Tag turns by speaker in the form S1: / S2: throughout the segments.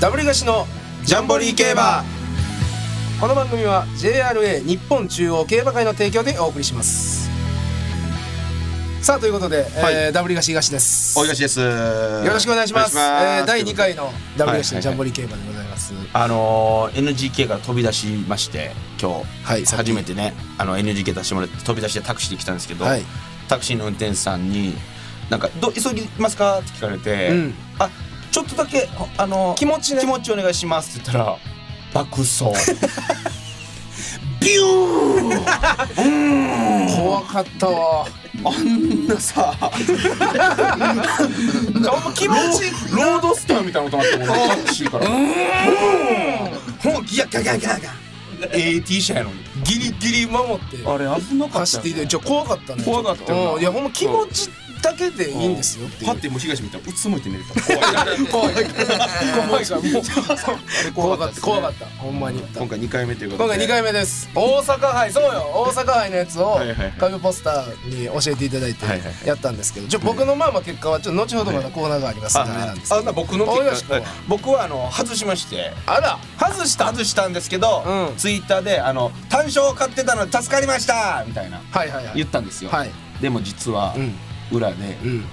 S1: ダブリガシのジャンボリー競馬この番組は JRA 日本中央競馬会の提供でお送りしますさあということで、
S2: はい
S1: えーダブリガシ東です
S2: おいがしです。よ
S1: よろしくお願いします
S2: お願いし
S1: えー第2回のダブリガシの
S2: はい
S1: ジャンボリー競馬でございます、はい
S2: あのー NGK から飛び出しまして今
S1: はい
S2: 日
S1: さっき
S2: 初めてねあの NGK 出してもらって飛び出してタクシーで来たんですけど、
S1: はい
S2: タクシーの運転手さんに「なんかど急ぎますか?」って聞かれて
S1: う
S2: 「
S1: ん
S2: あちょっとだけあの
S1: 気持ちね
S2: 気持ちお願いします」って言ったら「爆走」
S1: ビュー怖かったわ
S2: あんなさほんま気持ちロードスターみたいな音になってもんねタクシーからほんまギャガガガガ AT 車やのに
S1: ギリギリ守って
S2: あれ危なかった
S1: 走っていてじゃあ怖かったね
S2: 怖かったよな
S1: うんいやほんま気持ちだけでいいんですよっていう
S2: パッてもう東見たらうつむいて寝てた怖い怖い
S1: 怖いからもう怖かった怖か
S2: っ
S1: ったほんまに言った
S2: 今回2回目ということ
S1: 今
S2: で
S1: 回2回目です大阪杯そうよ大阪杯のやつを
S2: はいはいはい
S1: カビポスターに教えていただいて
S2: はいはいはい
S1: やったんですけどちょ僕のまあまあ結果はちょっと後ほどまだコーナーがありますんであれな
S2: あ
S1: んですけ
S2: あ
S1: ど
S2: な僕の
S1: 大東
S2: 結
S1: 君
S2: 果
S1: は
S2: 僕はあの外しまして
S1: あら
S2: 外した外したんですけど、
S1: うん
S2: ツイッターであの「単勝を買ってたので助かりました!」みたいな
S1: はいはいはい
S2: 言ったんですよ、
S1: はい
S2: でも実は
S1: うん
S2: 裏で
S1: うん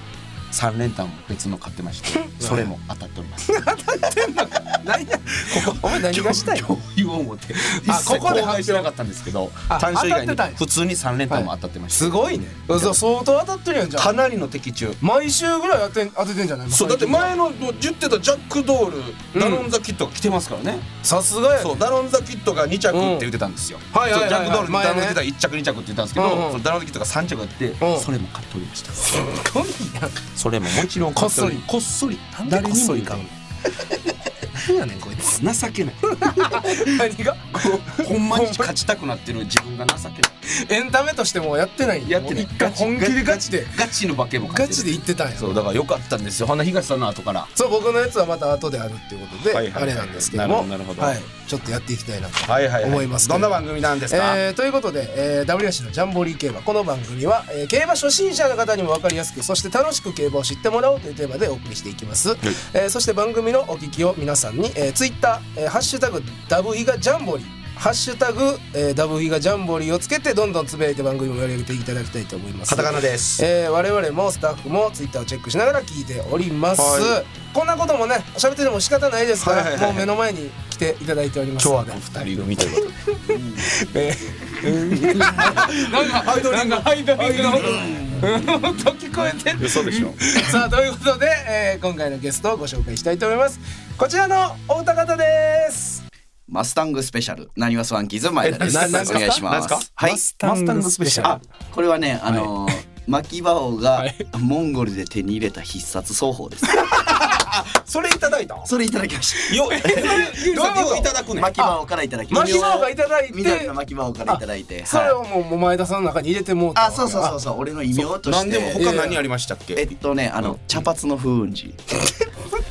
S2: 3連単も別の買って ましてそれも当たっております
S1: 何やここお前何が したい
S2: 共有を持って
S1: あ
S2: 一切
S1: ここで
S2: 公開してなかったんですけど
S1: あ
S2: 単勝以
S1: 当たってたん
S2: 外
S1: や
S2: に普通に3連単も当たってました、
S1: すごいねそう相当当たってるやんじゃ
S2: か
S1: あ
S2: なりの的中
S1: 毎週ぐらい当てん当ててんじゃない
S2: そうだって前のもう言ってたジャックドール、
S1: うん
S2: ダロンザキットが来てますからね。
S1: さすがやね
S2: そうダロンザキットが2着って言ってたんですよ。
S1: うんはいはいはいはい
S2: そうジャックドール、
S1: 前ね
S2: ダロンザキットが1着2着って言ったんですけ
S1: うんう
S2: ど、
S1: ん
S2: そのダロンザキットが3着あって、
S1: ん
S2: それも買っておりました。
S1: すごいな
S2: それももちろん買ておりこっそり誰にも言わない
S1: 何やねんこい つ
S2: 情けない。
S1: 何が
S2: ほんまに勝ちたくなってる自分が情けない。
S1: エンタメとしてもやってないん
S2: やってない
S1: もう一回本気でガチで
S2: ガチの化けも
S1: ガ
S2: 買ってる
S1: チで言ってたんや
S2: そうだから良かったんですよ。ほんな東さんの後から。
S1: そう僕のやつはまた後であるっていうことで、
S2: はいはい
S1: あれなんですけども
S2: なるほどなるほど
S1: はい、ちょっとやっていきたいなと
S2: はいはい、
S1: 思いますけど
S2: どんな番組なんですか。
S1: えーということで、えー、WRC のジャンボリー競馬この番組は、えー競馬初心者の方にも分かりやすくそして楽しく競馬を知ってもらおうというテーマでお送りしていきます、えーそして番組のお聞きを皆さんに、えー、Twitter、えーハッシュタグダブイガジャンボリー」ハッシュタグ、えーダブイガジャンボリーをつけてどんどんつぶやいて番組を盛り上げていただきたいと思います
S2: カタカナです。
S1: えー我々もスタッフもツイッターをチェックしながら聞いております、
S2: は
S1: こんなこともね喋ってても仕方ないですから、
S2: はいはいはい
S1: もう目の前に来ていただいておりますので
S2: 二人組ということで
S1: え ーなんかアイドリングアイドリングの音音聞こえてる
S2: 嘘でしょ
S1: さあということで、えー今回のゲストをご紹介したいと思いますこちらのお二方です
S3: マスタングスペシャル、なにわすワンキーズ前田です。
S1: えな
S3: お
S1: なんすか
S3: 願いしま
S2: なんすか
S3: す。はい、
S1: タングスペシャル
S3: これはね、あのー、牧場王がモンゴルで手に入れた必殺奏法です。
S2: それいただいたよ
S3: それいただきまし
S2: え
S1: う いうこと
S2: よいただく
S3: た。
S2: ね
S3: 牧場王からいただきま
S1: 牧
S3: した。
S1: 場がいただいて
S3: 緑の牧場王からいただいて。
S1: それ
S3: はい
S1: をもうもう前田さんの中に入れてもうた
S3: あ、そうそうそうそう、俺の異名とし
S2: 何でも
S3: て。
S2: 他何ありましたっ
S3: え
S2: け
S3: っとね、あの茶髪の風 雲児。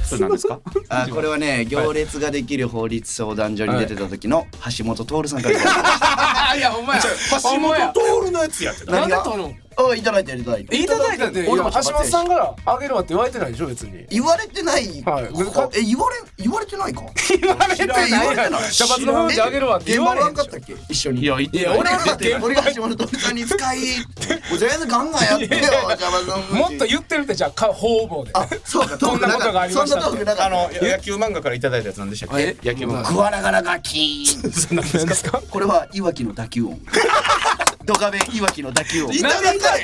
S2: それ何ですか
S3: あ、これはね、行列ができる法律相談所に出てた時の橋本徹さんからいただいた。
S1: あいやお前や
S2: 橋
S1: ほんまや
S2: 本徹のやつやってた
S1: なん
S3: 何
S1: で
S3: が
S1: 取るの
S3: お、いただいてるいただいてる。
S1: いただいたって
S3: 俺
S1: 俺
S3: も
S1: も
S3: 茶
S1: 橋本
S3: 髪やし
S1: さんからあげるわって言われてないでしょ別に
S3: 言われてない。
S1: はい
S3: こえ、言われ、言われてな いか。
S1: 言われてない
S3: 言われてない
S1: 茶髪の風じあげるわって言われへん
S3: 現場は分かったっけ一緒に。いや、
S2: 言って
S1: ない
S3: 俺がだっ
S1: 言
S3: て、
S1: ってない
S3: 俺が始まると、さんに使い、もうとりあえずガンガンやってよ、邪魔さん。
S1: もっと言ってるってじゃあか方々で
S3: あ、そ うか、
S1: こんなことがありましたって
S3: そんなトークなか
S2: あ
S3: った
S2: の野球漫画からいただいたやつ何でしたっけ野球漫画
S3: クワラガラガキーン。
S2: それ何ですか
S1: か
S3: これは、いわきの打球音。 ドカベン、いわきの打球音。
S2: いただいたね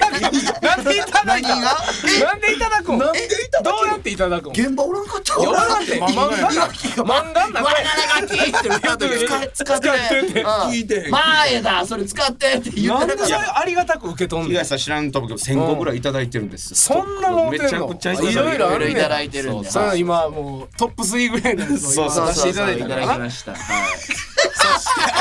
S1: なんでいただいた
S3: 何がえ
S1: なんでいただくんど
S3: なんでいただけ
S1: うやっていただくん
S3: 現場おらんかった。
S1: おらんで漫画
S3: いわきが。
S1: 漫画の中や
S3: ガキーンって言った時使え使って
S1: 使ってて
S3: うん
S2: 聞いてへん
S3: 前だそれ使ってって言っ
S1: な
S3: て
S1: んで
S3: なかっ
S1: それ
S3: た
S1: ありがたく受け取んの
S2: 東さん知らんと思うけど千個ぐらいいただいてるんです
S1: そんなもんてんの
S2: めちゃくちゃ
S1: いろいろある
S3: いろ
S1: ねん
S3: いろいただいてるんで
S1: さあ今もうトップ3ぐらいのやつを
S2: そう
S1: 今
S3: そう
S1: 出して
S3: そう
S1: いただ
S3: そうい
S1: いたか
S3: ただき
S1: らな
S3: ました。は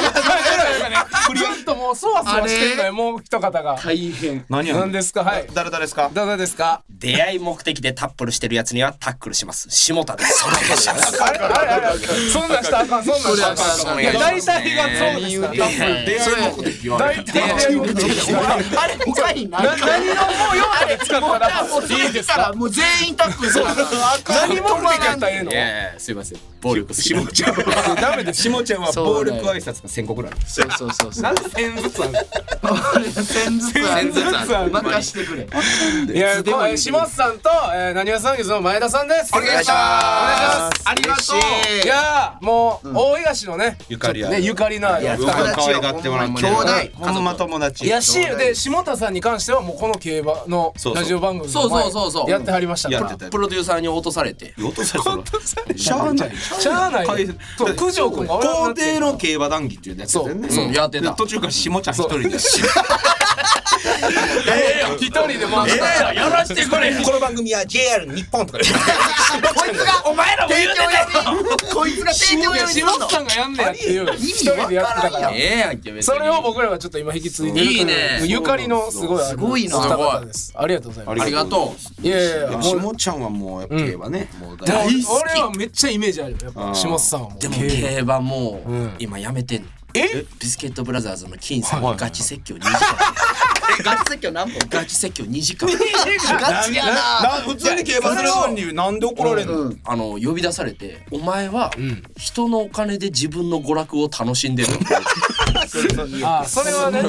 S3: い。
S1: ちょっともうそわそわしてるのよもう一方が
S2: 大変。何
S1: 何ですかはい
S3: 誰誰ですか
S1: どうですか
S4: 出会い目的でタップルしてるやつにはタックルします。下田です。
S1: あれあれあれそんなんしたらあかんそんなんしたらあかんいや大体がそうですから
S2: 出会い目的は
S1: 大体がそうですから
S5: あれ他に何
S1: な何をもう用途で使ったら
S5: もうそれ言ったらもう全員タックルそうだ
S1: 何も目的やったらええの
S4: いやいやすいません。暴力すぎる。
S2: ちゃん は
S1: ダメです
S2: 下ちゃんは暴力挨拶が千個ぐらいある。
S5: そうそうそうそう
S1: 何千ずつあんの
S5: 千ずつある
S1: 千ずつある
S5: 任してくれ
S1: いやこうえー下津さんとなにわさんぎの前田さんですお願いします
S5: ありがとう
S1: いやーもう大東のね
S2: ゆかりある
S1: ねゆかりのある
S2: 僕が可愛がってもらってる
S3: 兄弟ほんま友達
S1: いやしで下田さんに関してはもうこの競馬の
S2: そうそう
S1: ラジオ番組の
S5: そうそうそうそう
S1: 前やってはりましたか
S2: やっ
S1: ら
S2: てたよ
S5: プ。ロデューサーに落とされて
S2: 落とされたら
S1: しゃあないしゃあない
S2: 解説
S1: そう九条君が俺
S2: 皇帝の競馬談義っていうやつだよね
S5: そうやって
S2: で
S5: た
S2: 途中から下ちゃん一人で
S1: 一人で回ってた
S4: やらしてくれ。
S2: この番組は JR 日本とかで
S4: お前らも言うてたよ。
S5: こいつが提供用にすん
S1: 下津
S5: の
S1: さんがやんねやっていう一人でやってたから
S5: ええやんけ別に
S1: それを僕らはちょっと今引き継いでるという
S5: いいね
S1: ゆかりのすごいある
S5: すごいな
S1: 方々ですありがとうございます
S5: ありがと
S1: いやいやいやもう
S2: 下ちゃんはもうやっぱ競馬ねもう
S1: でも
S2: 大好
S1: 俺はめっちゃイメージあるよやっ
S2: う
S1: ぱ
S2: ん
S1: 下津さんはもう
S5: でも
S1: 経営
S5: 競馬もう、
S1: ん
S5: 今やめてんの
S1: え
S5: ビスケットブラザーズの金さん
S2: はい
S5: にガチ説教2時間
S3: ガチ説教何本
S5: ガチ説教2時間
S3: ガチやな
S2: な普通に競馬するのになんで怒られんの
S5: あの呼び出されて「お前は人のお金で自分の娯楽を楽しんでる」
S1: あーそれはね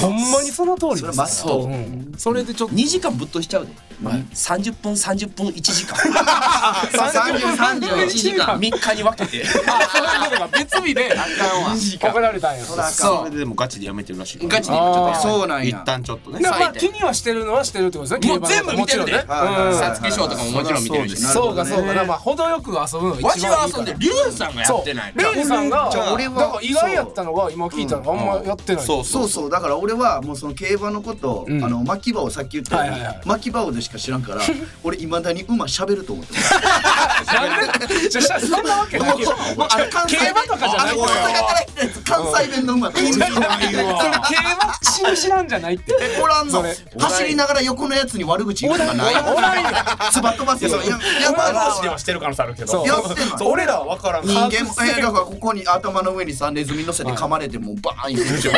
S1: ほんまにその通りです
S3: それマス
S5: そう
S1: うんそれでちょっと
S5: 2時間ぶっ通しちゃうで、30分30分1時間
S1: 31
S5: 31時間3日に分けて
S1: あそういうことか別日で怒られたんや
S2: それででもガチでやめてるらしいから
S5: ガチで今ちょっと
S3: そうなん
S2: 一
S3: や
S2: 旦ちょっとね
S1: でもまあ
S5: 最低
S1: 気にはしてるのはしてるってことですね
S5: もう全部見てるで
S1: 競馬とかもちろんねうん
S5: 皐月賞とかももちろん見てるし
S1: そうかそうかなまあ程よく遊ぶのが一
S5: わ
S1: 番いい
S5: し
S1: から
S5: は遊んでリュウさんがや
S1: そ
S5: っ
S1: う
S5: てない
S1: レイジさんが
S3: じゃあ俺は
S1: だから意外やったのが今聞いたらあんまやってない
S2: そうそ
S3: そううそうだから俺はもうその競馬のことを、
S1: ん
S3: あの巻き場をさっき言ったよ
S1: は
S3: う
S1: い
S3: に、
S1: はいはい
S3: 巻き場をでしか知らんから俺いまだに馬喋ると思ってる
S1: なんでじゃあそんなわけないけど
S3: もうあの関西
S1: 競馬とかじゃない
S3: あの大阪から来たやつ関西弁の馬と
S1: それ競馬死に知らんじゃないって
S3: おらんの
S1: それ
S3: 走りながら横のやつに悪口言うとかない
S1: おらんよ
S3: つば飛ばすよいやいやまあ
S2: ではしてる可能性あるけ
S1: そう
S3: やってんの
S2: 俺らは分からん
S3: 人間もえだからここに頭の上にさネズミ乗せて噛まれてもうバーン言うて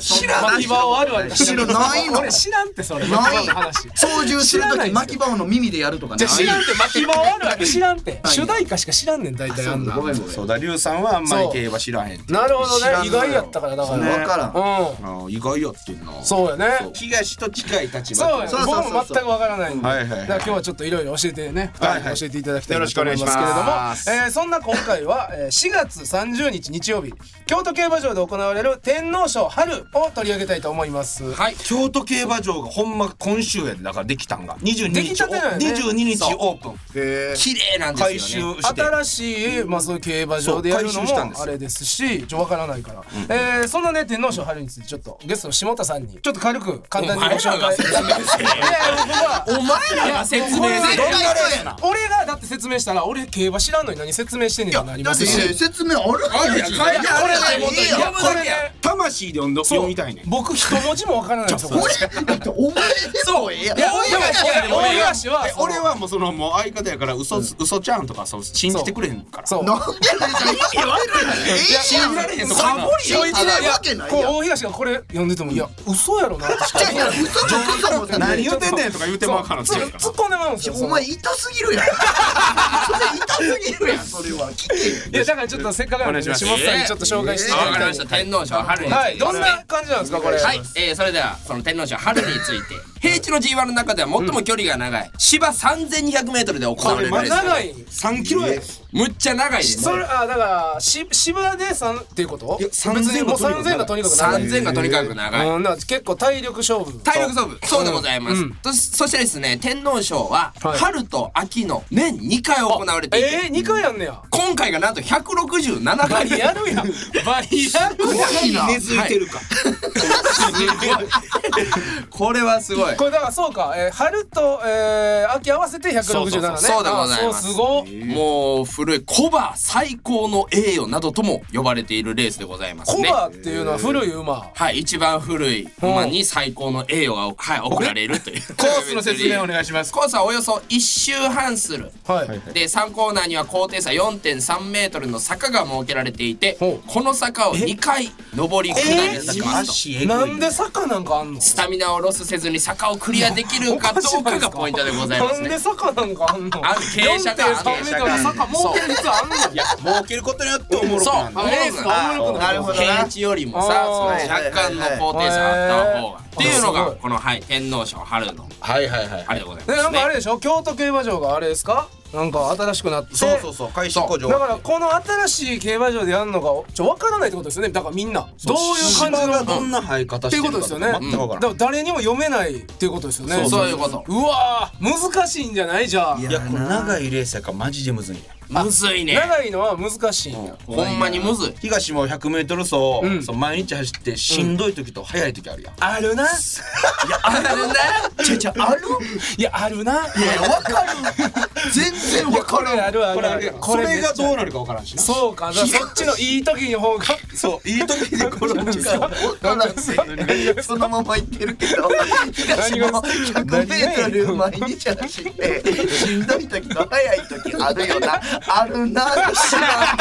S3: 知らない
S1: 巻き場をあるある
S3: 知らないの
S1: 俺知らんってそれ
S3: ない
S1: 今の話
S3: 操縦する
S1: 知らないんです
S3: 時
S1: よ
S3: 巻き場の耳でやるとか
S1: じ
S3: な
S1: ゃあ知らんって巻き場をあるある知らんって
S3: い
S1: 主題歌しか知らんねん大体あんな
S3: ごめんごめん
S2: そうだ龍さんはあんまり競馬知らへんって
S1: なるほど
S3: 知らん
S1: ね
S3: のよ
S1: 意外やったからだか
S3: 分
S1: ら
S3: からん
S1: う
S2: ああ意外やってんなん
S1: そうやね
S2: 東と近い立
S1: そうやね
S3: そうそうそう
S1: 僕も全くわからないんで、
S2: はいはいはい
S1: だから今日はちょっといろいろ教えてね、
S2: はいはい
S1: 二人に教えていただきたいなと思いますけれども、
S2: よろしくお願いします
S1: えーそんな今回はえー4月30日日曜日、京都競馬場で行われる天皇賞春を取り上げたいと思います。
S2: はい、京都競馬場がほんま今週やでだからできたんが22
S1: でき
S2: 日
S1: たてなんやね
S2: 22日オープン
S3: へー
S5: 綺麗なん
S2: 回
S5: です
S2: 収
S5: よね
S2: して
S1: 新しい、まあ、そういう競馬場でやるの
S2: そう回収したんで
S1: も
S2: すよ
S1: あれですしちょっとわからないから、えーそんなね天皇賞春についてちょっとゲストの下田さんにちょっと軽く簡単にご紹介いやいや僕は
S5: お前らが説明する
S1: 俺がだって説明したら俺競馬知らんのに何説明してんねんってなり
S3: だ
S1: ま
S3: って
S1: すし
S3: 説明あるあるやん
S2: 書いてあるやん
S3: いいやん
S1: いやこれね
S2: 魂で読んど読みたいねん
S1: 僕一文字もわからないんですよ。これ
S3: 俺だってお前そういや
S1: いやでも
S2: いや
S1: 大東は
S2: え俺はもうそのもう相方やから嘘つ、嘘ちゃんとかそう信じてくれへんから
S1: そう。
S3: なんで意味わかんないいや
S2: 信じられへんと
S3: サ
S2: か
S3: ボり
S1: こいつね
S3: いわけない
S1: こう
S3: やん
S1: 大東がこれ読んでてもいや嘘やろなってしか
S3: じゃあいや嘘つくと思った
S2: 何言ってんねんとか言うてもらうから
S1: そう
S2: 強いから
S1: 突っ込んでまうんですよ。そ
S3: お
S1: の
S3: 前痛すぎるやんそれ痛すぎるやんそれは聞けよ
S1: いやだからちょっとせっかくなんで下津さんにちょっと紹介していた
S5: わ
S1: だきた
S5: かりま
S1: い
S5: した天皇賞春について
S1: はい。どんな感じなんですかこれ。
S5: はい、えー、それではその天皇賞春について平地の G1 の中では最も距離が長い芝 3200m で行われるレース
S1: 長い。
S2: 3キロや
S5: むっちゃ長いです
S1: それあだからし芝で三っていうこと？
S2: や
S1: 別
S2: 3000
S1: にもう
S2: がとに
S1: 三
S2: かく
S1: 千がとにかく長い。
S5: 3000がとにかく長い
S1: うんなんか結構体力勝負。
S5: 体力勝負そうでございます、とそしてですね天皇賞は
S1: はい
S5: 春と秋の年2回行われていて、
S1: ええ二回やんねや。
S5: 今回がなんと167
S1: バ
S5: 回
S1: リやる やん。バリやるやん。
S2: 根付いてるか、
S5: これはすごいごい
S1: これだからそうか、えー、春と、えー、秋合わせて167ね
S5: そうそうそうそうでございます
S1: あそうすごっ
S5: もう古いコバ最高の栄誉などとも呼ばれているレースでございます
S1: コ
S5: ね。
S1: バっていうのは古い馬、
S5: はい、一番古い馬に最高の栄誉が、はい、贈られるという。
S2: コースの説明お願いします
S5: コースはおよそ1周半する。
S1: はい、
S5: で3コーナーには高低差4.3メートルの坂が設けられていて
S1: ほ
S5: この坂を2回上り下りしますと
S1: なんで坂なんかあんの
S5: スタミナをロスせずに坂をクリアできるかどうかがポイントでございま
S1: な
S5: す
S1: ん
S5: ね
S1: で坂なんかあんの
S5: あ傾斜が
S1: 4.3メートルの坂もう実はあんの
S2: いや 儲けることによっておもろく
S5: そう
S2: なる
S5: あレースが
S1: あー
S3: なるほど
S5: 平
S3: な
S5: 地よりもさその
S1: あー
S5: 若干の高低差あった方
S1: はいはい
S5: が
S1: はい
S5: っていうの
S1: あす
S5: が
S1: ごい
S5: このはい天皇賞春の
S2: はいはいはい
S5: あれでござい
S1: で
S5: ま
S1: な
S5: す
S1: んかあ
S5: ね
S1: れでしょ京都競馬場があれですかなんか新しくなって
S3: そうそうそう開始工場
S1: だからこの新しい競馬場でやるのがちょわからないってことですよねだからみんなどういう感じの
S3: がどんな生え方し
S1: って
S3: てるか
S1: いうことですよね
S3: 全く分
S1: だ
S3: か
S1: からら誰にも読めないっていうことですよね
S5: そういうこと
S1: うわー難しいんじゃないじゃあ
S3: ん
S2: いやこれ長いレースやからマジでむずいんや
S5: むずいね
S1: 長いのは難しいんや
S5: ほんまにむずい
S2: 東も 100m 走、
S1: ん
S2: そう毎日走ってしんどい時と速い時あるやん、
S1: あるな
S5: あるね
S3: ちゃちゃある
S1: いやあるない
S3: やわかる全然わか
S1: これあるあ
S2: こ
S1: る
S2: れ
S1: あ
S2: ある
S1: る
S2: やん
S1: こ
S2: そ
S1: れ
S2: れ
S1: めっち
S2: が
S1: ゃ
S2: どうなるかわからんし な
S1: そうかだからそっちのいい時の方が
S2: そういい時でこれなんですよ
S3: どなんせそのまま言ってるけど東も100メートル毎日走ってしんどい時と早い時あるよなあるな知ら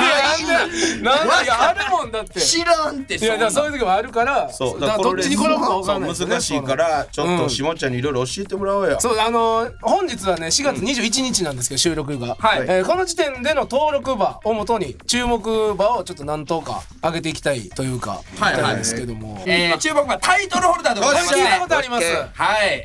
S3: んね
S1: なんでいやあるもんだって
S3: え知らんって
S1: いやだからそういう時もあるから
S2: そう
S1: だからどっちに転ぶか分からないです
S2: そ
S1: よ
S2: う
S1: ね
S2: 難しいからちょっとしもちゃんにいろいろ教えてもらおうよ、
S1: そうあのー本日はね4月21日なんですけど収録が、
S5: はい
S1: えーこの時点での登録馬をもとに注目馬をちょっと何頭か上げていきたいというか、
S5: はいはい
S1: なんですけども、
S5: えー、注目はタイトルホルダーでございます
S1: 聞いた
S5: ね
S1: ことあります
S5: はい、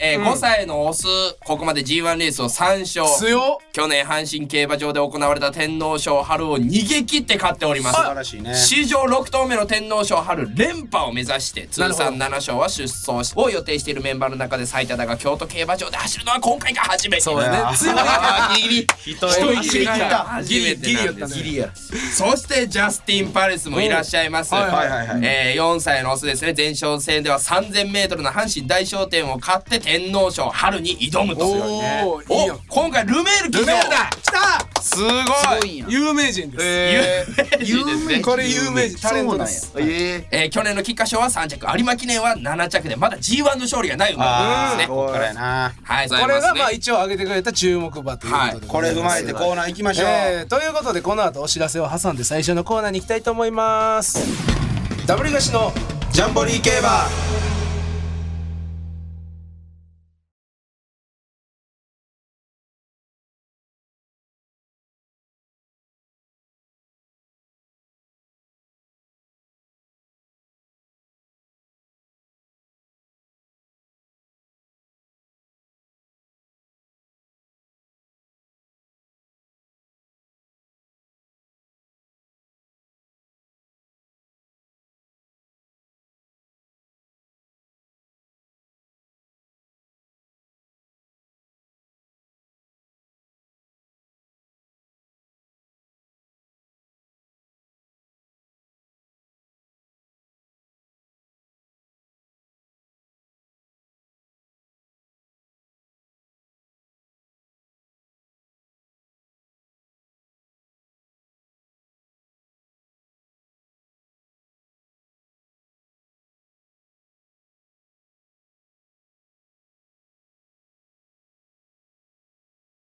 S5: えー
S1: うん
S5: 5歳のオスここまで G1 レースを3勝
S1: 強っ
S5: 去年阪神競馬場で行われた天皇賞春を逃げ切って勝っております
S2: 素晴らしいね
S5: 史上6頭目の天皇賞春連覇を目指して通算7勝は出走しを予定しているメンバーの中で最多だが京都競馬場で走るのは今回が初めて
S1: そうやね強い
S5: あーギリギ
S2: 人
S5: リ
S1: 一息切った
S5: 初めてなんです
S1: ギリ
S3: や
S5: そしてジャスティン・パレスもいらっしゃいます。
S1: うんはい
S2: はいはいはい
S5: えー4歳のオスですね。前哨戦では3000メートルの阪神大賞典を勝って天皇賞春に挑むと。
S1: おーいいや
S5: お
S1: ん、
S5: 今回ルメール騎乗だ。
S1: 来た
S5: すごい。
S3: すごいんや
S1: 有名人です、
S5: 有名人ですね。
S1: これ有名人タレントです
S3: そうなんやえ
S5: えー去年の菊花賞は3着、有馬記念は7着で、まだ G1 の勝利がない馬なん
S2: あ
S5: で
S2: あ
S5: すね。
S2: ここからやな
S5: はい、
S1: これがまあ
S5: い
S1: 一応上げてくれた注目馬ということで
S2: こ
S1: ご
S2: れ
S1: ざい
S2: 踏
S1: ま、
S2: ますえてコーナー行きましょう、
S1: えーということでこの後お知らせを挟んで最初のコーナーに行きたいと思いますダブリガシの
S2: ジャンボリー競馬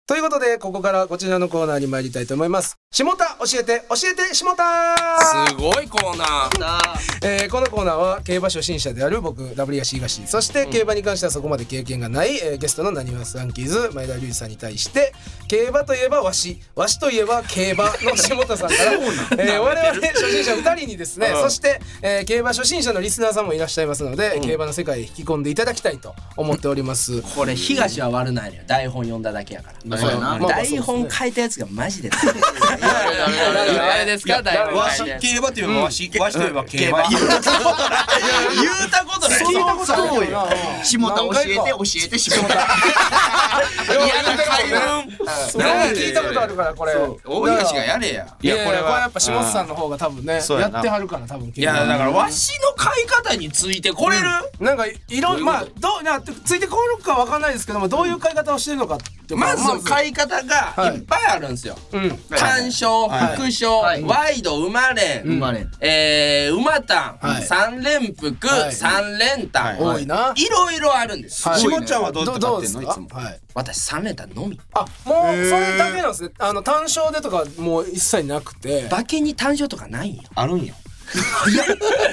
S1: ということでここからこちらのコーナーに参りたいと思います下田教えて教えて下田
S5: すごいコーナー。
S1: えーこのコーナーは競馬初心者である僕 W 東東そして競馬に関してはそこまで経験がない、えーゲストのなにわスランキーズ前田隆二さんに対して競馬といえばわしわしといえば競馬の下田さんから、えー我々初心者2人にですね、そして、えー競馬初心者のリスナーさんもいらっしゃいますので、競馬の世界へ引き込んでいただきたいと思っております。
S5: これ東は悪ないのよ。台本読んだだけやから。
S2: そう
S3: そうやな
S1: まあまあ
S4: 台本変えたやつがマジで
S5: 誰ですか台本
S6: わし競馬といえばわし、わしといえば競馬。
S3: 競
S6: 言うたことない。
S3: そのことをよ下田教えて教えて下田
S5: 嫌な会話
S1: それは聞いたことあるからこれ
S5: 大東がやれや
S1: いやこれはやっぱ
S6: 下
S1: 下
S6: 田
S1: 津さんの方が多分ね
S6: そう
S1: や
S6: やな
S1: ってはるから多分い
S5: いやだからわしの買い方についてこれる
S1: なんかいろんまあどうなってついてこるかわかんないですけどもどういう買い方をしてるのかって
S5: まずその買い方がいっぱいあるんですよ
S1: うん
S5: 単勝
S6: はい
S5: 副賞
S3: はい
S5: ワイド馬
S3: 生
S5: 連
S3: まれん
S5: えー馬単
S1: はい
S5: 三連複
S1: はい
S5: 三連単
S1: 多いな
S5: はいろいろあるんです
S1: はい
S6: 下ちゃんはどうやって
S1: ど
S6: 買
S1: う
S6: っ
S1: で
S6: てん
S1: す
S6: のい
S1: か
S6: つも。
S1: はい
S5: 私三連単のみ
S1: あもうそれだけなんですねあの単勝でとかもう一切なくて
S5: 馬券に単勝とかないんよ
S6: あるんや。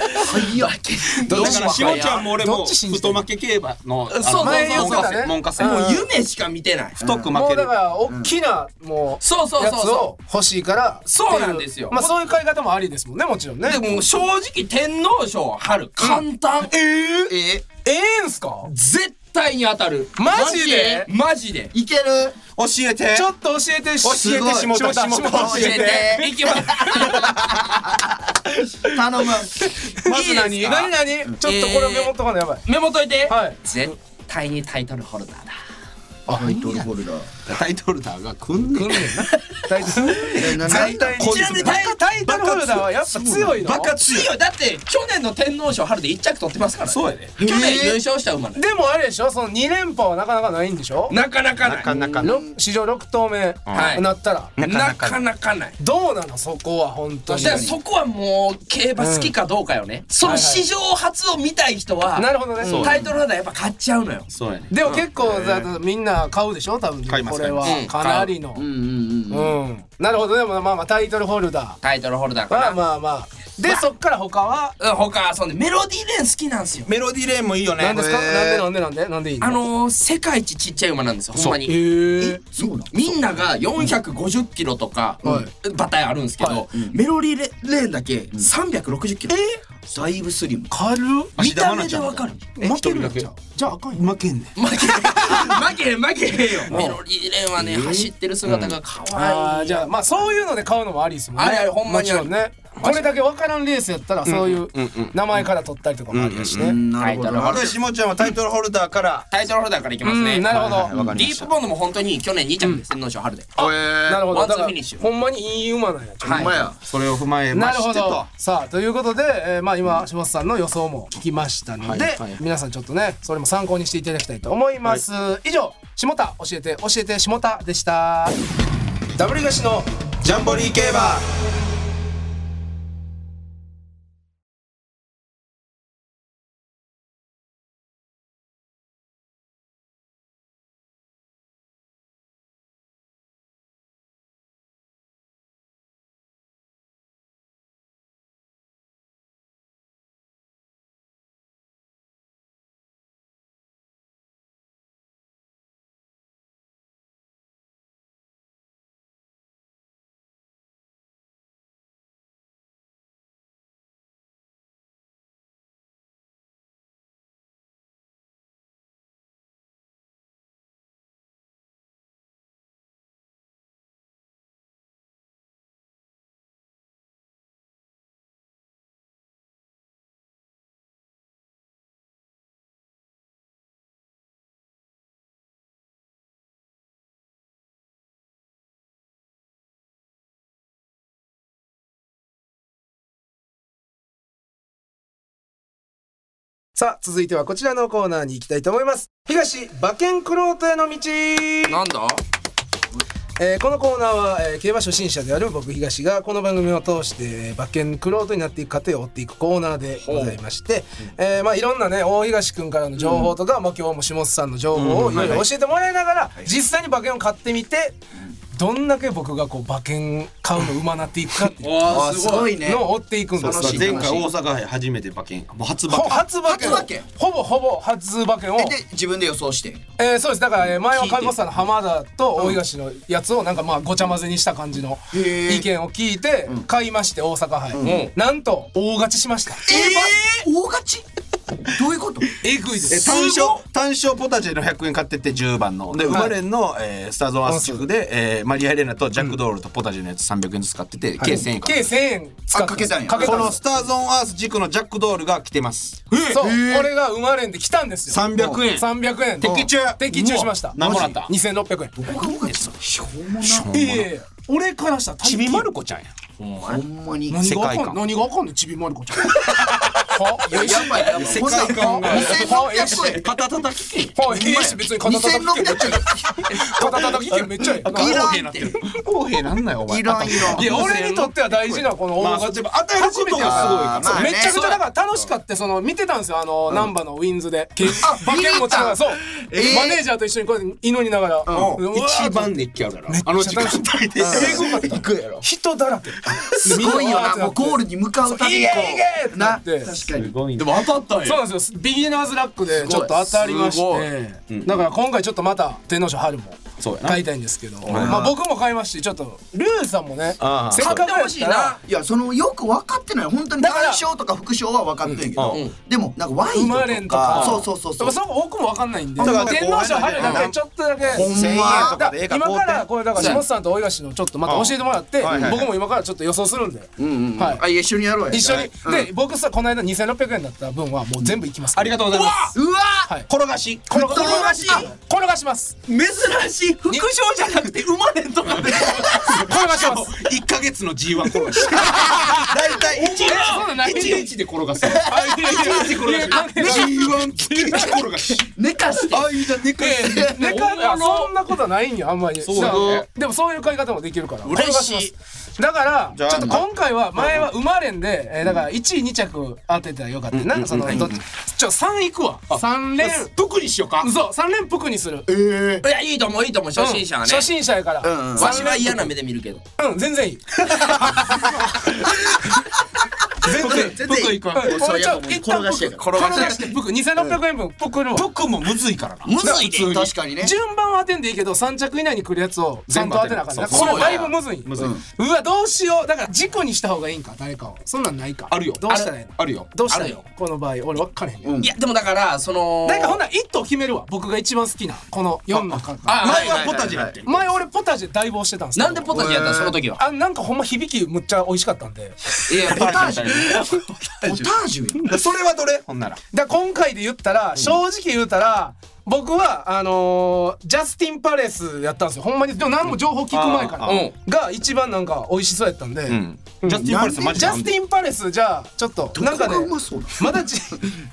S2: だ
S5: ど
S2: から
S5: っちも
S2: しもちゃんも俺
S1: ど
S2: も
S1: っち信じて
S2: 太
S1: る
S2: 負け競馬のあの
S5: そう
S1: 前言っ
S2: 門
S1: てた
S2: 下
S1: ね
S2: 戦門下戦
S1: うん
S5: もう夢しか見てない
S6: 太 く負
S1: も
S6: け
S1: うだ
S6: る
S1: か。ら大きなも
S5: そう
S1: う
S5: そう
S1: や
S5: そう
S1: つ
S5: そ
S1: を欲しいからってい
S5: そうなんですよ
S1: まあそういう買い方もありですもんねもちろんね
S5: うでも正直天皇賞春簡単
S3: えー
S1: ええんすか
S5: 絶対に当たる
S1: マジで
S5: マジで
S3: いける
S6: 教えて
S1: ち。ょっと教えて教
S6: 教えて下田下田
S1: 下
S6: 教
S1: 田
S6: えて。
S5: いきます
S3: 頼む
S1: まず何
S5: いいですか
S1: 何何ちょっとこれメモっとかのやばい
S5: メモといて、
S1: はい
S5: 絶対にタイトルホルダーだ
S3: タイトルホルダー
S2: タイトルだが来んねん
S1: 大丈夫
S3: えな
S1: 絶対
S5: ちなみにタイ
S1: タイトルホルダーはやっぱ強いの
S6: バカ強い。
S5: 強いだって去年の天皇賞春で1着取ってますから
S6: そうやで。
S5: 去年優勝した馬ね
S1: でもあれでしょその2連覇はなかなかないんでしょ
S5: なかなかない
S6: なかなか。
S1: ろ史上6投目
S5: はい
S1: なったら
S5: な
S6: な
S5: か
S6: か
S5: な
S6: な
S5: か
S6: か
S5: ない
S1: どうなのそこは本当に
S5: だからそこはもう競馬好きかどうかよね、その史上初を見たい人は、
S1: なるほどね
S5: うんタイトルホルダーやっぱ買っちゃうのよ
S6: そうやね。
S1: でも結構だとみんな買うでしょ多分
S6: 買います
S1: これは
S5: 買います
S1: かなりの
S3: うんうんうん
S1: うんなるほどでもまあまあタイトルホルダ
S5: タイトルホルダー
S1: ーまあ
S5: か
S1: まあまあでそっから他は
S5: な、うん、他そんでメロディーレーン好きなんですよ
S6: メロディーレーンもいいよね。
S1: 何ですか
S6: へ
S1: なんで
S6: ー
S1: なんでなんでなんでいいの
S5: あのー、世界一ちっちゃい馬なんですよほんまに
S1: へえ
S3: そうなの
S5: みんなが450キロとか、
S1: は
S5: 馬体あるんですけど、メロリーレレーンだけ360キロ、
S3: だいぶスリム
S1: 軽っ
S5: 見た目でわかる
S1: 負けるやんじゃあじゃああかんよ
S6: 負けんねん。
S5: 負け負けへん負けへんよメロリーレーンはね、走ってる姿が可
S1: あ
S5: 愛
S1: ー
S5: い
S1: じゃあまあそういうので買うのもありですもんね
S5: ありありほんまにあり
S1: もちろねこれだけ分からんレースやったらそういう名前から取ったりとかもありやしねうん
S3: なるほど
S5: タイトルホ
S3: な
S5: ルダー
S6: 下ちゃんはタイトルホルダーから。
S5: タイトルホルダーからいきますね、
S1: うんなるほど
S6: わか
S5: デ
S6: り
S5: ィ
S6: ま
S5: ープ
S6: した。
S5: ボンドも本当に去年2着です、天皇賞春で
S1: なるほど
S5: ワンツー
S1: だから
S5: フィニッシュ
S1: ほんまにいい馬なんやちょっと
S5: は
S3: ほんまや
S6: それを踏まえ
S1: な
S6: ま
S1: る
S6: し
S1: ほ
S6: て
S1: ど
S6: と。
S1: さあということで、えーまあ今下津さんの予想も聞きましたので、皆さんちょっとねそれも参考にしていただきたいと思います、以上下田教えて教えて下田でしたダブリガシの
S6: ジャンボリー競馬。
S1: さあ続いてはこちらのコーナーに行きたいと思います東馬券クロートへの道
S5: なんだ
S1: えーこのコーナーは、えー競馬初心者である僕東がこの番組を通してえー馬券クロートになっていく過程を追っていくコーナーでございまして、えーまあ、いろんなね大東君からの情報とか、まあ、今日も下津さんの情報をいろいろ教えてもらいながら、実際に馬券を買ってみてどんだけ僕がこう馬券買うの馬なっていくかってい
S5: わ
S3: あすごいうね
S1: のを追っていくんです
S3: 楽しい
S6: 前回大阪杯初めて馬券、もう初馬
S1: ほ
S6: 券。
S1: 初馬券
S3: 初馬券
S1: ほぼほぼ初馬券を
S3: えで自分で予想して
S1: えー、そうですだから、えー前は看護師さんの浜田と大東のやつをなんかまあごちゃ混ぜにした感じの
S3: へー
S1: 意見を聞いて買いまして大阪杯、なんと大勝ちしました、
S3: えー、大勝ちどういうこと
S5: えぐいで
S6: え
S5: す。
S6: 単勝単勝ポタジェの100円買ってって10番ので生まれんの、えースターゾーンアスチフで、えーマリア・エレナとジャック・ドールとポタジェのやつ300円ずつ買ってて、計1000円買
S1: 計
S6: っ
S1: 1000
S6: て
S1: 円使って
S3: あかけたんや
S1: かけ
S6: こ
S1: た
S6: の
S1: の
S6: スターゾーンアース軸のジャック・ドールが来てます
S1: そうこれが生まれんで来たんですよ
S6: 300円
S1: 300円
S6: 的中
S1: 的中しました
S6: うわ何もらった
S1: 2600円いやいやいや俺からしたら大金
S2: ちびまる子ちゃんや
S3: ほんまに
S1: 何があ
S6: 世界
S1: かん
S6: 観
S1: 何があかんのちびまる子ちゃんは
S3: やばいやばい世界観が2600円
S6: 肩叩き券
S1: はいいし別に肩叩き券めっちゃいい肩叩き券めっちゃいい
S6: 不
S3: いらん
S6: 公平なってる不公平なんなよお前
S3: いらんいらん
S1: いや俺にとっては大事なこの大
S6: まあ
S1: 勝ち
S6: 与えることがすごいから
S3: まあ
S1: め
S3: ね
S1: ちゃくちゃだから楽しかったその見てたんですよあの難波のウィンズで馬券持ちながらそう
S3: えー
S1: マネージャーと一緒にこうやって祈りながらうわー
S2: 一番熱気あるからあの時間帯で行くやろ
S1: 人だらけ
S3: すごいよなもうゴールに向かうたびにこ
S1: いけいけって
S3: う
S1: な
S3: な
S1: っ
S3: 確
S1: て
S3: かに
S2: でも当たったん
S1: そう
S2: や
S1: なんですよビギナーズラックでちょっと当たりましてだから今回ちょっとまた天皇賞春も
S6: そうやな
S1: 買いたいんですけどまあ僕も買いますしちょっとルーさんもね
S6: ああ
S1: せっかく
S3: 買って
S1: や
S3: ほ
S1: っ
S3: したい
S1: ら
S3: ないやそのよく分かってない本当に
S1: だから
S3: 単勝とか副賞は分かってんけどでもなんかワイ
S1: 生
S3: ンと
S1: ま
S3: か
S1: れんとか
S3: そうそうそうそ
S1: だ
S3: う
S1: からそこ僕も分かんないんで
S6: だから
S1: 天皇賞春だけちょっとだけ
S3: ほんま
S1: 1000円とかでええか
S6: だから
S1: 今からこれだから下津さんと大東のちょっとまた教えてもらって
S6: はいはい
S1: 僕も今からちょっと予想するんで
S3: うんうん
S1: はい
S3: あ一緒にやろうや
S1: 一緒にで僕さこの間2600円だった分はもう全部いきます
S6: ありがとうございます
S3: うわ
S1: はい
S6: 転がし
S1: 転が
S3: ぶっ飛ばし
S1: あ転がします
S2: 珍しい副賞じゃなくて生まれんとか
S1: 転
S2: で
S1: がします
S6: 1ヶ月の G1 転がし大体1
S1: えそうだない
S2: 1日で転がす
S1: あいやいやいやいや関係ない
S6: G1 つけ転がし
S3: 寝かして
S6: 間寝かし
S1: 寝かあそんなことはないんよあんまり
S6: うだね
S1: でもそういう買い方もできるから
S5: 嬉しい
S1: 転がますだからち
S6: じ
S1: ょ
S6: ゃあ
S1: っと今回は前は生まれんでえーだから1位2着当てたらよかったよなそのどっちちょ3いくわ3連
S2: 特にしようか
S1: そう3連服にする
S5: いやいいと思ういいと思う初心者はね
S1: 初。心者やから
S3: うんうん
S5: わしは嫌な目で見るけど。
S1: うん全然いい
S3: 全然いい
S1: うん俺ちょ一旦
S3: 転がしてる
S1: 服転がして服2600円分服の
S6: 僕もむずいからな
S3: むずいで確かにね
S1: 順番は当てんでいいけど3着以内に来るやつをちゃんと当てなあかんね
S6: 全部
S1: これ
S6: 当て
S1: は
S6: る
S1: だいぶむずいうんうわどうしようだから軸にした方がいいんか誰かをそんなんないか
S2: あるよ
S1: どうしたらいいの
S2: あるよ
S1: どうしたらいい
S5: あ
S1: のこの場合俺分かれへんね
S3: うんん
S5: いやでもだからその。
S1: 誰かほんなら1頭決めるわ僕が一番好きなこの4の角
S5: あ
S6: 前
S5: は
S6: はいポタジェやってん
S1: 前俺ポタジェ大棒してたんですけど
S5: なんでポタジェやったのその時は。
S1: あなんかほんま響きむっちゃ美味しかったんで
S5: いやポ
S3: ポタ
S5: タ
S3: ー
S5: ジ
S3: ジ
S5: ェ。
S3: ュポタージュ
S6: それはどれほんなら
S1: だから今回で言ったら正直言うたら僕はあのージャスティン・パレスやったんですよほんまにでも何も情報聞く前か
S6: あー
S1: らが一番なんか美味しそうやったんで、
S6: うんジャスティン・パレスマジ
S1: ジ
S6: で
S1: ャスティン・パレスじゃあちょっとなんかね
S3: どこがうまそうな
S1: まだち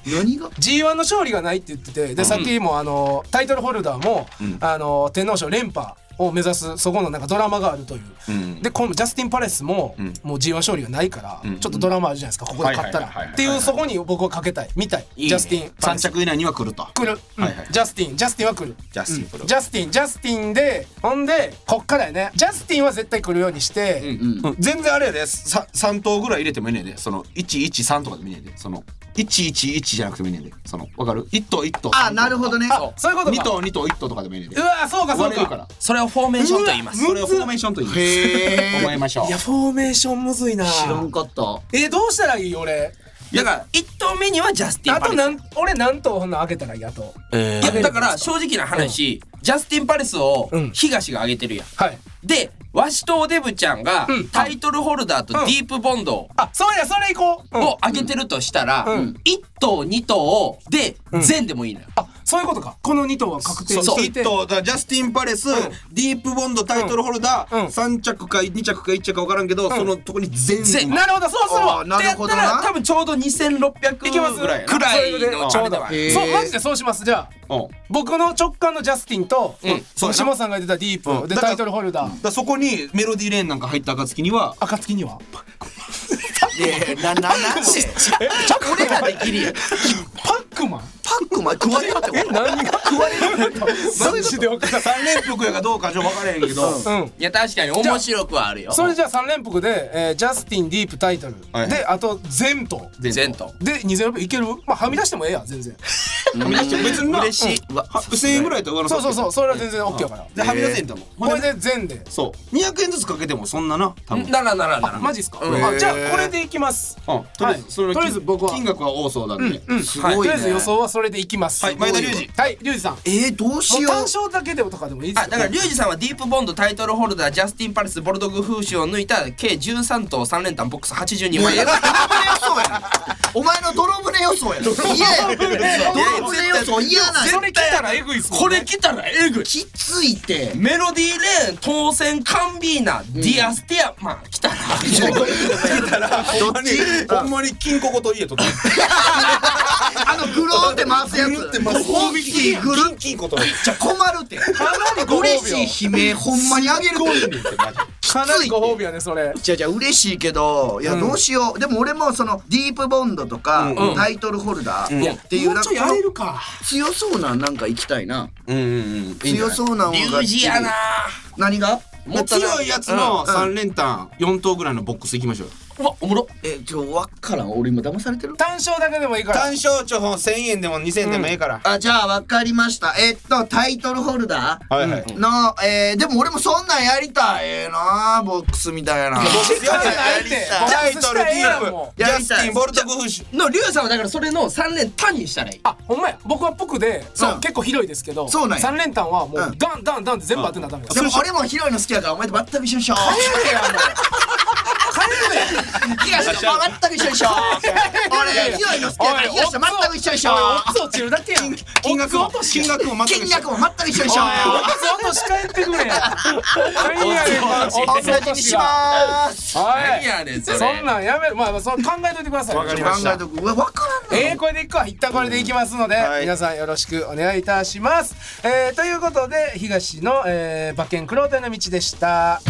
S3: 何が
S1: G1 の勝利がないって言っててでさっきもあのタイトルホルダーもあの天皇賞連覇を目指すそこのなんかドラマがあるという。
S6: ん
S1: でこのジャスティン・パレスももう G1 勝利がないからちょっとドラマあるじゃないですかここで勝ったら
S6: はいはいはいはい
S1: っていうそこに僕はかけたいみたい
S5: いね
S1: ジャスティン・パ
S6: 3
S1: レス
S6: 着以内には来ると
S1: 来るうん
S6: はいはい
S1: ジャスティンジャスティンは来る
S6: ジャスティン来る
S1: ジャスティンジャスティンでほんでこっからやねジャスティンは絶対来るようにして
S6: うん全然あれやでさ3頭ぐらい入れてもいいねんでその113とかでもいいねんでその111じゃなくてもいいねんでそのわかる1頭1頭
S3: あなるほどね
S1: あそういうこと
S6: 2
S1: か
S6: 頭2頭1頭とかでもいいねんで
S1: うわそうかそう
S6: 割れる
S1: か
S6: から
S5: それをフォーメーションと言います。
S6: それをフォーメーションと言います
S3: へ
S6: 思いましょう
S1: いやフォーメーションむずいな
S3: 知らんかった
S1: えーどうしたらいい俺
S5: だから一投目にはジャスティン
S1: あ
S5: パレ
S1: と
S5: ス。
S1: なん俺何頭ほんのあげたらいいあと
S5: いやだから正直な話、ジャスティン・パレスを
S1: うん
S5: 東が上げてるやん。
S1: はい
S5: で、ワシとおデブちゃんが
S1: うん
S5: タイトルホルダーとディープボンド
S1: あそうやそれ行こう、うん
S5: を上げてるとしたら、
S1: うん
S5: 1頭2頭をで
S1: ん
S5: 全でもいいのよ。
S1: あそういうことかこの2頭は確定
S5: そう
S1: してい
S6: 1
S1: て
S6: 頭だからジャスティン・パレス、ディープボンドタイトルホルダ
S1: うん
S6: ー、三3着か2着か1着か分からんけど、そのとこに全
S5: 全
S1: なるほどそうするわ
S3: あなるほどな
S5: ってやったら多分ちょうど2600
S1: いけます
S5: ぐらい
S1: く
S5: く
S1: ら
S5: ら
S1: い
S5: い
S1: の
S5: の
S1: ち
S5: ち
S1: ょ
S5: ょ
S1: う
S5: う
S1: ど
S5: ど。
S3: ー
S1: そうマジでそうしますじゃあ
S6: うん
S1: 僕の直感のジャスティンと、
S5: ん
S1: そう下さんが言ってたディープで
S6: だから
S1: タイトルホルダー
S6: だからそこにメロディーレーンなんか入った暁には
S1: 暁にはい
S3: やいやなななんで俺らできるやん
S1: パックマン
S3: パックマン食われるってこと
S1: 何が
S3: 食われる
S1: マジで分からん
S6: 3連服やかどうかじゃ分からへんけど、
S1: うん
S5: いや確かに面白くはあるよ。
S1: それじゃあ3連服で、えージャスティンディープタイトル、
S6: はいはい
S1: であと全頭
S5: 全頭。
S1: で2000いけるまあはみ出してもええや全然
S6: 別にな
S4: 嬉しい。わ
S6: は1000円ぐらいと上乗せ
S1: そうそうそうそれは全然 OK やから
S6: ではみ出せんだもん
S1: こ
S6: ほ
S1: れ
S6: んで
S1: で全で
S6: そう200円ずつかけてもそんなな多分
S5: ならならなら
S1: マジっすか
S5: うん
S1: あじゃあこれでいきます
S6: うんとりあえずそれは
S1: とりあえず僕は
S6: 金額は多そうなんで
S1: うん
S3: す
S1: はいと
S3: ごい
S1: りあ
S3: ね
S1: えず予想はそれでいきます
S6: はい前田隆二
S1: はい龍二さん
S3: えー、どう
S1: も
S3: し
S1: う
S3: よ
S1: 単
S3: う
S1: 勝だけでもとかでもいいです
S5: あ
S1: よ
S5: だからリュウジさんはディープボンドタイトルホルダージャスティン・パレスボルドグフーシュを抜いた計13頭3連単ボックス82万円
S3: お前の泥船予想やな嫌や泥船予想嫌なんや
S5: れ来たらエグいっすこれ来たらエグい
S3: きついて
S5: メロディーレーン当選カンビーナディアステアまあ来たら
S6: どっちほんまに金庫ごと家とか
S3: あのグローって回すやつご褒美金グル
S6: 金庫と
S3: じゃ困るって嬉しい悲鳴ほんまにあげるって
S1: かなりご褒美やねそれ
S3: じゃじゃ嬉しいけどいやどうしよう、でも俺もそのディープボンドとか、タイトルホルダーっていう、なんか
S1: か
S3: 強そうなんなんか行きたいな
S6: うんうんうんいいんじ
S3: 強
S6: ゃない
S3: そうな方
S5: リュ
S3: が
S5: ウジやな
S3: 何が
S5: もったな
S6: 強いやつの3連単4等ぐらいのボックスいきましょうよ
S5: うわおもろ
S3: えちょわっからん俺今騙されてる
S1: 単勝だけでもいいから
S6: 単勝ちょほん1000円でも2000円でもええから
S3: あじゃあわかりましたえっとタイトルホルダー
S6: はいはい
S3: の、えー、でも俺もそんなんやりたいええなボックスみた
S1: や
S3: いな
S1: らないって
S6: タイトルディー
S1: もう
S6: プジャスティン・ボルトグフシュ
S5: のリュウジさんはだからそれの3連単にしたらいい
S1: あほんまや僕は僕でそう結構広いですけど
S3: そうなんや
S1: 三連単はもう
S3: うん
S1: ダンダンダンって全部当てなダメです
S3: でも俺も広いの好きやからお前と全く一緒にしよう東と全く一緒にしよう俺広いの好きやから東と全く一緒にしよ
S1: オッズ落ちるだけやん
S6: 金額も金額も
S3: う
S6: 全く
S3: 金
S6: 一緒
S3: 額も全く一緒にしよ
S1: おいオッズ落とし返ってくれ何やねんマジ
S3: う同じにします
S1: は
S5: 何
S1: い
S5: やねんそれ
S1: そんなんやめるまあまあそう考えといてください
S6: わかりま
S3: 考
S6: した
S3: えとくうわ分からん
S1: えー、これでいくか一旦これでいきますので、
S6: はい
S1: 皆さんよろしくお願いいたします、えー、ということで東の、えー、馬券黒手の道でした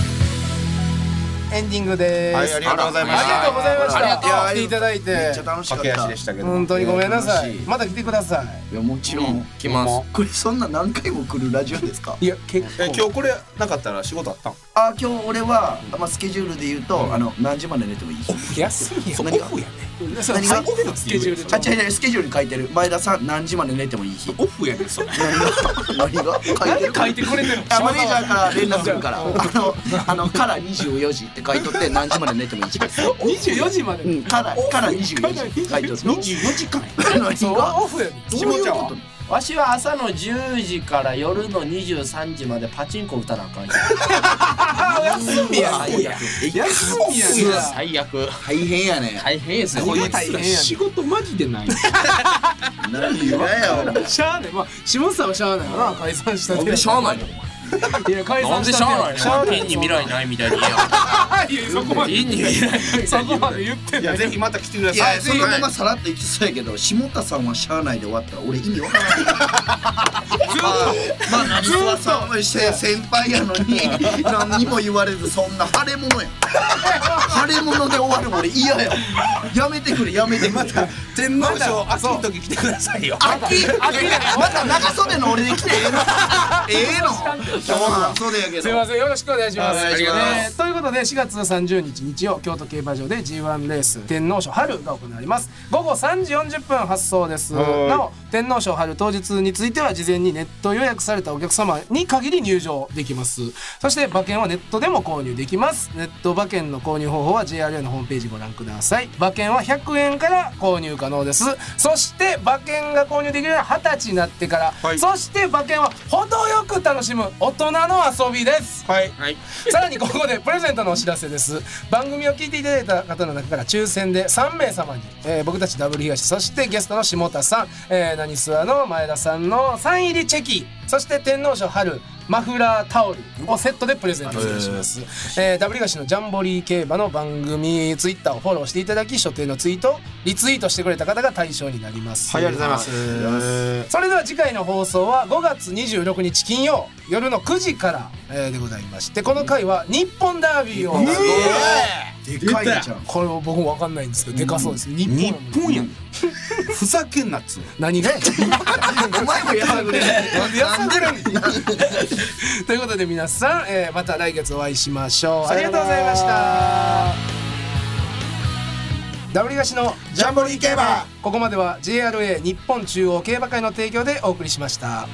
S1: エンディングです、
S6: はいありがとうございまし
S1: あ
S6: た
S1: りがとうございました
S3: ありがとう
S1: やっていただい
S3: め
S1: て
S3: っちゃ楽しかっ
S6: 駆け
S3: た
S6: 足でしたけど
S1: 本当にごめんなさい
S6: いや
S1: また来てください
S3: いやもちろん
S5: きます
S3: これそんな何回も来るラジオですか
S1: いや結構
S6: え今日これなかったら仕事あったん
S3: あ今日俺は、まあ、スケジュールで言うと、あの何時まで寝てもいい日
S1: 休みや
S3: 何が
S6: やね
S1: そう
S3: 何が
S1: 最近のスケジュール
S3: あ
S1: で
S3: 違う違うスケジュールに書いてる前田さん何時まで寝てもいい日
S6: オフやねそれ
S3: 何が何が書いてる
S1: 書いてくれてる
S3: あマネージャーから連絡するから「あの、あのから24時」って書いとって何時まで寝てもいい時です。
S1: 24時まで、
S3: うん、からから24時って書いとる。24時 間
S1: そう
S3: 何が
S1: オフやね
S3: どういう
S6: 下
S3: こと
S5: わしは朝の10時から夜の23時までパチンコ打たなあかんよ
S1: 休みやね
S5: 最悪
S1: 休みやね
S5: 最悪
S3: 大変やね
S5: 大変ですよこいつ
S1: 大変やね
S6: 事マジでない
S3: 何がやよ
S1: しゃあねまあ下津さんはしゃあないよな解散した
S5: なん
S1: て
S5: でしゃあないの
S1: いや解
S5: なん
S1: 散
S5: で
S1: し
S5: しゃあ
S1: た
S5: な
S1: て
S5: いのピンに未来ないみた いに言えよ
S1: いやそこまで
S5: ピンに未来ない
S1: そこまで言って
S6: い
S1: な
S6: や
S1: い
S6: ぜひまた来てくだ
S3: い
S6: さ
S3: や
S6: い
S3: そのままさらっといきそうやけど下田さんはしゃあないで終わったら俺意味 わからないまあまあ成沢さんはして先輩やのに何にも言われずそんな腫れ物や腫れ物で終わる俺嫌ややめてくれやめてくれ
S6: 天皇賞秋の時来てくださいよ
S3: 秋秋また長袖の俺で来てええ のええの長袖やけ
S1: すい
S3: ど
S1: ませんよろしくお願いします。
S3: お願いしま
S1: え
S3: す
S1: ーということで4月30日日曜京都競馬場で G1 レース天皇賞春が行われます。午後3時40分発送です。
S6: はい
S1: なお天皇賞春当日については事前にネット予約されたお客様に限り入場できます。そして馬券はネットでも購入できます。ネット馬券の購入方法は JRA のホームページご覧ください。馬券は100円から購入可能です。そして馬券が購入できるのは20歳になってから、
S6: はい
S1: そして馬券は程よく楽しむ大人の遊びです。
S6: はい
S1: さらにここでプレゼントのお知らせです番組を聞いていただいた方の中から抽選で3名様に、えー僕たちダブル東そしてゲストの下田さん、えー、何諏訪の前田さんのサイン入りチェキそして天皇賞春マフラータオルをセットでプレゼントいたします、えー、ダブル東のジャンボリー競馬の番組ツイッターをフォローしていただき所定のツイートをリツイートしてくれた方が対象になります
S6: はいありがとうございます
S1: それでは次回の放送は5月26日金曜夜の9時から、えーでございましてこの回は日本ダービーを、
S3: でかいじゃん
S1: これも僕も分かんないんですけどでかそうです日
S6: 日
S1: 本
S6: 本やんふざけんなっつうの
S1: 何がやね
S3: お前もやさぐれ
S1: んなんでやさぐれんの ということで皆さん、えーまた来月お会いしましょうありがとうございましたダブリガシのジャンボリー競馬ここまでは JRA 日本中央競馬会の提供でお送りしました。